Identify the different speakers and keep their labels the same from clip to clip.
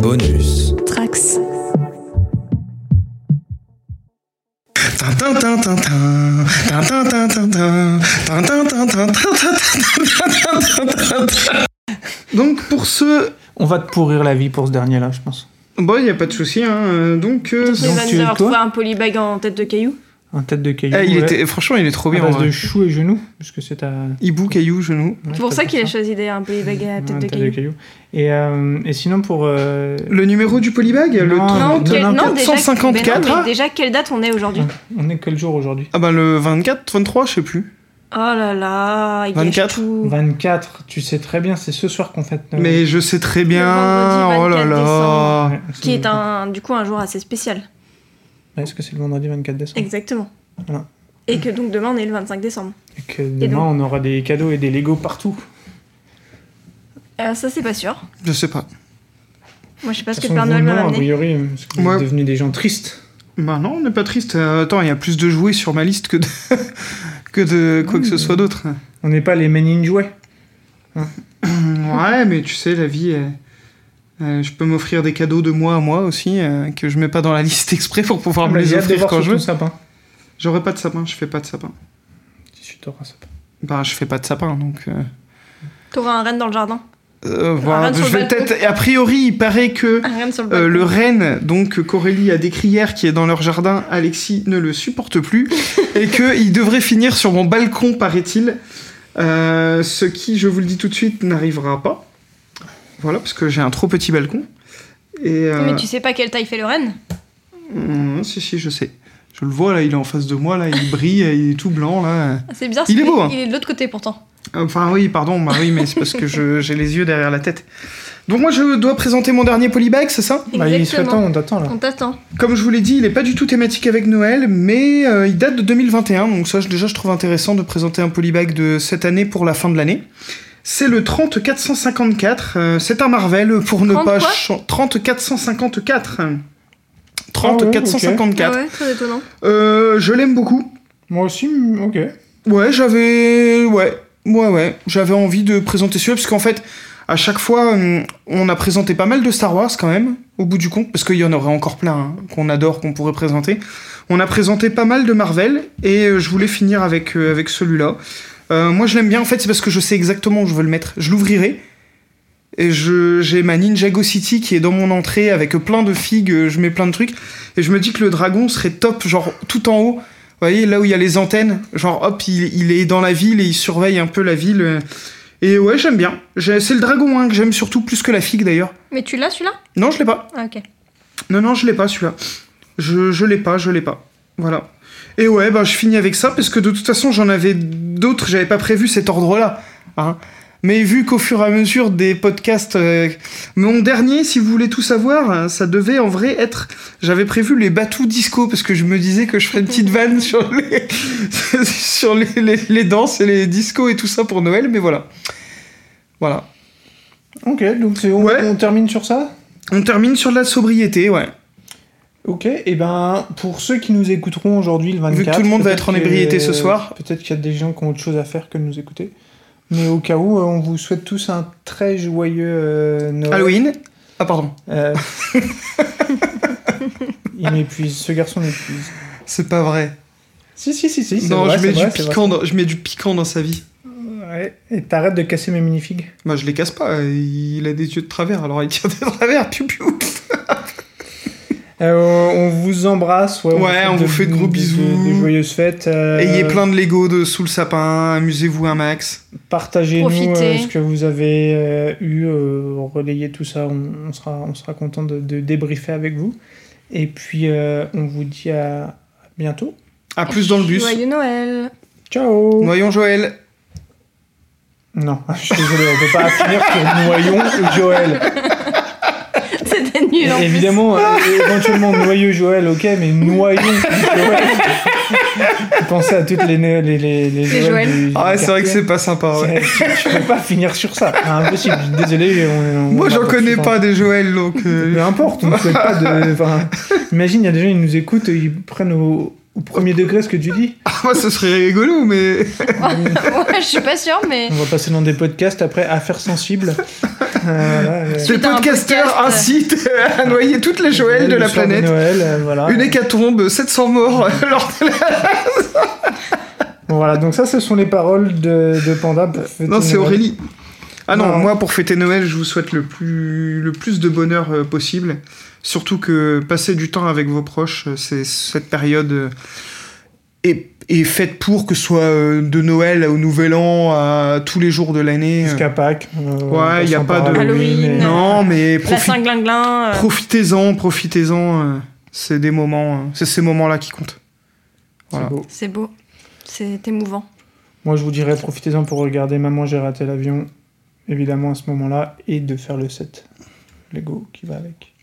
Speaker 1: Bonus.
Speaker 2: Trax.
Speaker 3: Donc pour ce,
Speaker 4: On va te pourrir la vie pour ce dernier-là, je pense.
Speaker 3: bon, il n'y a pas de souci. hein, euh, Donc, euh,
Speaker 4: Donc,
Speaker 2: Van
Speaker 4: tu-
Speaker 2: der
Speaker 4: toi
Speaker 2: trouver un polybag en tête de caillou.
Speaker 4: Un tête de caillou.
Speaker 3: ah, il
Speaker 4: ouais.
Speaker 3: était, franchement, il est trop
Speaker 4: à
Speaker 3: bien. en
Speaker 4: base
Speaker 3: vrai.
Speaker 4: de chou et genoux, puisque c'est ta. ouais,
Speaker 3: Hibou, caillou, genou.
Speaker 2: C'est pour
Speaker 4: t'as
Speaker 2: ça
Speaker 4: fait
Speaker 2: qu'il a choisi des- un polybag à tête
Speaker 4: Ouais,
Speaker 2: de
Speaker 4: Ah, tête de
Speaker 2: caillou.
Speaker 4: caillou. Et, euh, et sinon, pour. euh,
Speaker 3: Le numéro du polybag, le
Speaker 4: Non,
Speaker 3: 30.
Speaker 2: Non, quel-
Speaker 4: non,
Speaker 2: non, déjà,
Speaker 3: 154,
Speaker 2: mais non, mais
Speaker 3: hein.
Speaker 2: déjà, quelle date on est aujourd'hui
Speaker 4: On est quel jour aujourd'hui
Speaker 3: Ah ben le 24, 23, je sais plus.
Speaker 2: Oh là là, il gâche
Speaker 3: 24.
Speaker 2: tout.
Speaker 4: 24, tu sais très bien, c'est ce soir qu'on fête. Noël.
Speaker 3: Mais je sais très bien.
Speaker 2: vendredi
Speaker 3: oh là
Speaker 2: 24
Speaker 3: là.
Speaker 4: Ouais, c'est
Speaker 2: Qui est
Speaker 4: le-
Speaker 2: un, du coup un jour assez spécial.
Speaker 4: Ouais, Est-ce que c'est le vendredi 24 décembre
Speaker 2: Exactement.
Speaker 4: Voilà.
Speaker 2: Et que donc demain on est le 25 décembre.
Speaker 4: Et que demain, on aura des cadeaux et des Lego partout.
Speaker 2: Euh, ça c'est pas sûr.
Speaker 3: Je sais pas.
Speaker 2: Moi je sais pas ce
Speaker 4: De
Speaker 2: que
Speaker 4: toute
Speaker 2: le
Speaker 4: façon,
Speaker 2: Père
Speaker 4: vous,
Speaker 2: Noël m'a
Speaker 4: non, a
Speaker 2: amené.
Speaker 4: priori, euh, parce que vous
Speaker 3: Ouais.
Speaker 4: êtes devenus des gens tristes.
Speaker 3: Bah non, on n'est pas triste. Euh, Attends, il y a plus de jouets sur ma liste que de, que de quoi que ce soit d'autre.
Speaker 4: On n'est pas les men in jouets.
Speaker 3: Ouais, mais tu sais, la vie, euh, euh, je peux m'offrir des cadeaux de moi à moi aussi, euh, que je mets pas dans la liste exprès pour
Speaker 4: Ah,
Speaker 3: pouvoir me les offrir quand je veux.
Speaker 4: sapin.
Speaker 3: J'aurais pas de sapin, je fais pas de sapin.
Speaker 4: hein. Si tu auras un sapin.
Speaker 3: Bah, je fais pas de sapin, donc... euh,
Speaker 2: T'auras un renne dans le jardin.
Speaker 3: euh, voilà,
Speaker 2: reine
Speaker 3: je
Speaker 2: sur le
Speaker 3: vais
Speaker 2: balcon.
Speaker 3: peut-être... A priori, il paraît que...
Speaker 2: Un renne sur le
Speaker 3: euh,
Speaker 2: balcon.
Speaker 3: le renne, donc qu'Aurélie a décrit hier, qui est dans leur jardin, Alexis ne le supporte plus, et qu'il devrait finir sur mon balcon, paraît-il. Euh, ce qui, je vous le dis tout de suite, n'arrivera pas. Voilà, parce que j'ai un trop petit balcon. Et, euh,
Speaker 2: Mais tu sais pas quelle taille fait le renne
Speaker 3: Mmh, si, si, je sais. Je le vois, là, il est en face de moi, là, il brille, il est tout blanc, là.
Speaker 2: Ah, C'est bizarre.
Speaker 3: Il
Speaker 2: c'est-
Speaker 3: est beau, hein.
Speaker 2: Il est de l'autre côté pourtant.
Speaker 3: Enfin, oui, pardon, bah oui, mais c'est parce que je- j'ai les yeux derrière la tête. Donc, moi, je dois présenter mon dernier polybag, c'est ça
Speaker 4: Bah, il serait
Speaker 2: Exactement.
Speaker 4: temps, on t'attend là.
Speaker 2: On hein. t'attend.
Speaker 3: Comme je vous l'ai dit, il n'est pas du tout thématique avec Noël, mais euh, il date de 2021, donc ça, je- déjà, je trouve intéressant de présenter un polybag de cette année pour la fin de l'année. C'est le 30454, euh, c'est un Marvel pour ne
Speaker 2: 30
Speaker 3: pas...
Speaker 2: quoi
Speaker 3: chan- 30454
Speaker 4: Ah ouais, ok.
Speaker 3: 30454.
Speaker 2: Ah ouais, très étonnant.
Speaker 3: Euh, je l'aime beaucoup.
Speaker 4: Moi aussi, mm, ok.
Speaker 3: Ouais, j'avais. Ouais, ouais, ouais. J'avais envie de présenter celui-là, parce qu'en fait, à chaque fois, hum, on a présenté pas mal de Star Wars quand même, au bout du compte, parce qu'il y en aurait encore plein hein, qu'on adore, qu'on pourrait présenter. On a présenté pas mal de Marvel, et euh, je voulais finir avec, euh, avec celui-là. Euh, moi, je l'aime bien, en fait, c'est parce que je sais exactement où je veux le mettre. Je l'ouvrirai. Et je- j'ai ma Ninjago City qui est dans mon entrée avec plein de figues, euh, je mets plein de trucs. Et je me dis que le dragon serait top, genre tout en haut, vous voyez, là où il y a les antennes, genre hop, il, il est dans la ville et il surveille un peu la ville. euh. Et ouais, j'aime bien. J'ai- C'est le dragon hein, que j'aime surtout plus que la figue d'ailleurs.
Speaker 2: Mais tu l'as celui-là
Speaker 3: Non, je l'ai pas.
Speaker 2: Ah ok.
Speaker 3: Non, non, je l'ai pas celui-là. Je, je l'ai pas, je l'ai pas. Voilà. Et ouais, bah, je finis avec ça parce que de toute façon, j'en avais d'autres, j'avais pas prévu cet ordre-là. hein. Mais vu qu'au fur et à mesure des podcasts. euh, Mon dernier, si vous voulez tout savoir, hein, ça devait en vrai être. J'avais prévu les Batou Disco parce que je me disais que je ferais une petite vanne sur les, sur les, les- les danses et les discos et tout ça pour Noël, mais voilà. Voilà.
Speaker 4: Ok, donc c'est- on,
Speaker 3: Ouais.
Speaker 4: on termine sur ça
Speaker 3: On termine sur de la sobriété, ouais.
Speaker 4: Ok, et ben pour ceux qui nous écouteront aujourd'hui le 24.
Speaker 3: Vu que tout le monde va
Speaker 4: peut-être
Speaker 3: être en
Speaker 4: que-
Speaker 3: ébriété ce soir.
Speaker 4: Peut-être qu'il y a des gens qui ont autre chose à faire que de nous écouter. Mais au cas où, euh, on vous souhaite tous un très joyeux euh, Noël.
Speaker 3: Halloween. Ah, pardon.
Speaker 4: Euh, Il m'épuise, ce garçon m'épuise.
Speaker 3: C'est pas vrai.
Speaker 4: Si, si, si, si. c'est
Speaker 3: Non,
Speaker 4: vrai,
Speaker 3: je,
Speaker 4: c'est
Speaker 3: mets
Speaker 4: vrai,
Speaker 3: du
Speaker 4: c'est vrai.
Speaker 3: piquant dans, je mets du piquant dans sa vie.
Speaker 4: Ouais, et t'arrêtes de casser mes minifigs.
Speaker 3: Bah, je les casse pas. Il a des yeux de travers, alors il tire de travers. Piou, piou.
Speaker 4: Euh, on vous embrasse. Ouais,
Speaker 3: Ouais, on vous fait de gros bisous.
Speaker 4: Des, des joyeuses fêtes. euh,
Speaker 3: Ayez plein de Lego de, sous le sapin. Amusez-vous un max.
Speaker 4: Partagez-nous
Speaker 2: Profitez.
Speaker 4: euh, ce que vous avez euh, eu, euh, relayez tout ça. On, on sera, on sera content de, de débriefer avec vous. Et puis, euh, on vous dit à bientôt.
Speaker 3: À plus dans le bus.
Speaker 2: Joyeux Noël.
Speaker 4: Ciao
Speaker 3: Noyons Joël.
Speaker 4: Non, je suis désolé, on peut pas finir sur Noyon Joël.
Speaker 2: C'était nul en plus.
Speaker 4: Évidemment, euh, éventuellement noyeux Joël, ok, mais noyons Joël. Pensez à toutes les, les, les, les,
Speaker 2: Joël.
Speaker 4: du- du
Speaker 3: Ah ouais, c'est vrai que
Speaker 4: quartier.
Speaker 3: c'est pas sympa. Ouais.
Speaker 4: C'est- Tu, tu peux pas finir sur ça. C'est Impossible. Désolé. on- on-
Speaker 3: Moi,
Speaker 4: on
Speaker 3: j'en
Speaker 4: a
Speaker 3: connais
Speaker 4: de-
Speaker 3: pas des Joël, donc. euh,
Speaker 4: Peu importe, on ne souhaite pas de. enfin, imagine, il y a des gens qui nous écoutent, ils prennent au, au premier degré ce que tu dis.
Speaker 3: Ah, ce serait rigolo, mais.
Speaker 2: ouais, je suis pas sûre, mais.
Speaker 4: On va passer dans des podcasts après, affaires sensibles. Euh, voilà, euh,
Speaker 3: Ces
Speaker 2: Putain, un
Speaker 3: podcasteurs
Speaker 2: podcast.
Speaker 3: incitent à noyer toutes les Joël de
Speaker 4: le
Speaker 3: la
Speaker 4: soir
Speaker 3: planète.
Speaker 4: Noël, euh, voilà.
Speaker 3: Une hécatombe, 700 morts. lors de la-
Speaker 4: Bon, voilà, donc ça, ce sont les paroles de, de Panda. pour fêter
Speaker 3: Non, c'est
Speaker 4: Noël.
Speaker 3: Aurélie. Ah non,
Speaker 4: Non.
Speaker 3: moi pour fêter Noël, je vous souhaite le plus, le plus de bonheur euh, possible. Surtout que passer du temps avec vos proches, euh, c'est cette période euh, est, est faite pour que ce soit euh, de Noël au Nouvel An, à tous les jours de l'année.
Speaker 4: Jusqu'à Pâques. euh, on
Speaker 3: Ouais, y a
Speaker 4: passe
Speaker 3: pas
Speaker 4: par euh,
Speaker 3: de-
Speaker 2: Halloween.
Speaker 4: et-
Speaker 3: Non, mais
Speaker 2: La
Speaker 3: profi-
Speaker 2: cinglingling. euh,
Speaker 3: profitez-en, profitez-en. euh, C'est des moments, euh, c'est ces moments-là qui comptent.
Speaker 4: C'est
Speaker 3: Voilà.
Speaker 4: beau.
Speaker 2: C'est beau. C'est émouvant.
Speaker 4: Moi, je vous dirais, profitez-en pour regarder Maman, j'ai raté l'avion, évidemment, à ce moment-là, et de faire le set Lego qui va avec.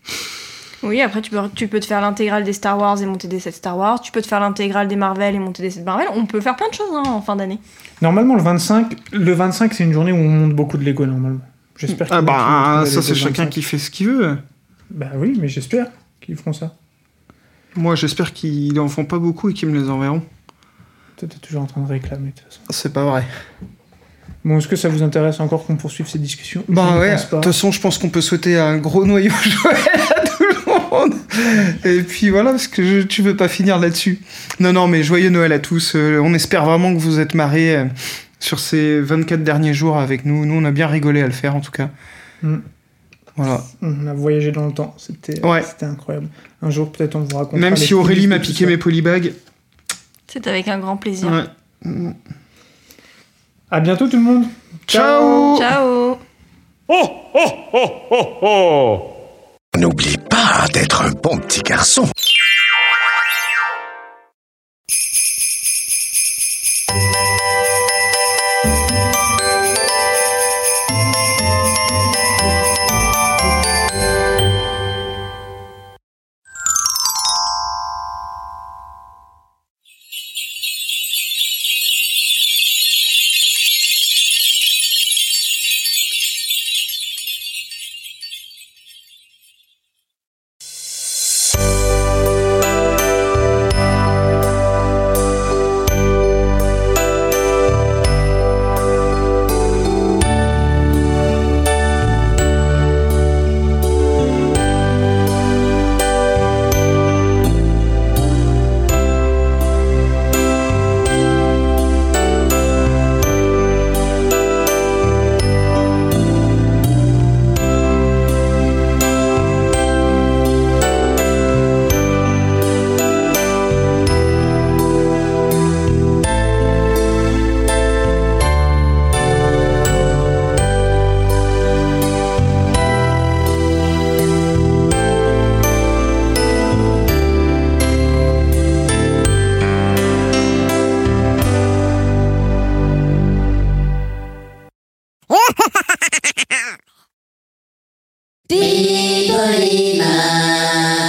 Speaker 2: Oui, après, tu peux, tu peux te faire l'intégrale des Star Wars et monter des 7 Star Wars. Tu peux te faire l'intégrale des Marvel et monter des 7 Marvel. On peut faire plein de choses hein, en fin d'année.
Speaker 4: Normalement, le 25, le 25 c'est une journée où on monte beaucoup de Lego, normalement. J'espère qu'il y
Speaker 3: Ah
Speaker 4: en a qui vont
Speaker 3: bah,
Speaker 4: trouver
Speaker 3: ça
Speaker 4: les
Speaker 3: c'est
Speaker 4: Lego
Speaker 3: chacun
Speaker 4: 25.
Speaker 3: qui fait ce qu'il veut.
Speaker 4: Bah oui, mais j'espère qu'ils feront ça.
Speaker 3: Moi, j'espère qu'ils en font pas beaucoup et qu'ils me les enverront.
Speaker 4: Toi, t'es toujours en train de réclamer, de toute façon.
Speaker 3: C'est pas vrai.
Speaker 4: Bon, est-ce que ça vous intéresse encore qu'on poursuive ces discussions Je
Speaker 3: Bah
Speaker 4: ne
Speaker 3: ouais, de
Speaker 4: pense pas.
Speaker 3: toute façon, je pense qu'on peut souhaiter un gros noyau Joël à tout le monde. Et puis voilà, parce que je- tu veux pas finir là-dessus. Non, non, mais joyeux Noël à tous. Euh, on espère vraiment que vous êtes marrés euh, sur ces 24 derniers jours avec nous. Nous, on a bien rigolé à le faire, en tout cas.
Speaker 4: Mm.
Speaker 3: Voilà.
Speaker 4: On a voyagé dans le temps, c'était
Speaker 3: Ouais.
Speaker 4: c'était incroyable. Un jour, peut-être, on vous raconte.
Speaker 3: Même si Aurélie m'a piqué mes polybags.
Speaker 2: C'est avec un grand plaisir.
Speaker 3: Ouais. Mm.
Speaker 4: À bientôt, tout le monde
Speaker 3: Ciao
Speaker 2: Ciao
Speaker 1: N'oublie pas d'être un bon petit garçon.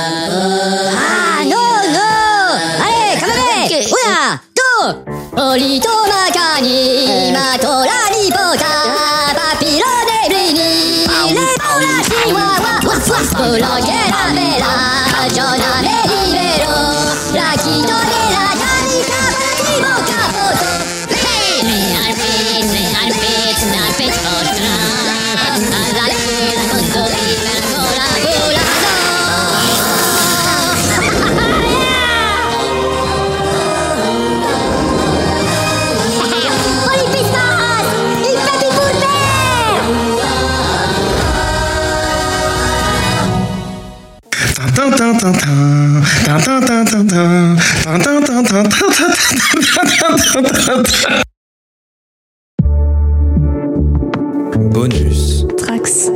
Speaker 5: Ah non, non Allez, kamame Oula To Olito makani Matola nipota Papilo de blini Lepola chihuahua Waf waf Polonguera bela Jona me libero Plaquito de la canica Vivo capoto Oh les pistas Il fait du boulevard
Speaker 3: Euh,
Speaker 6: Bonus.
Speaker 7: Trax.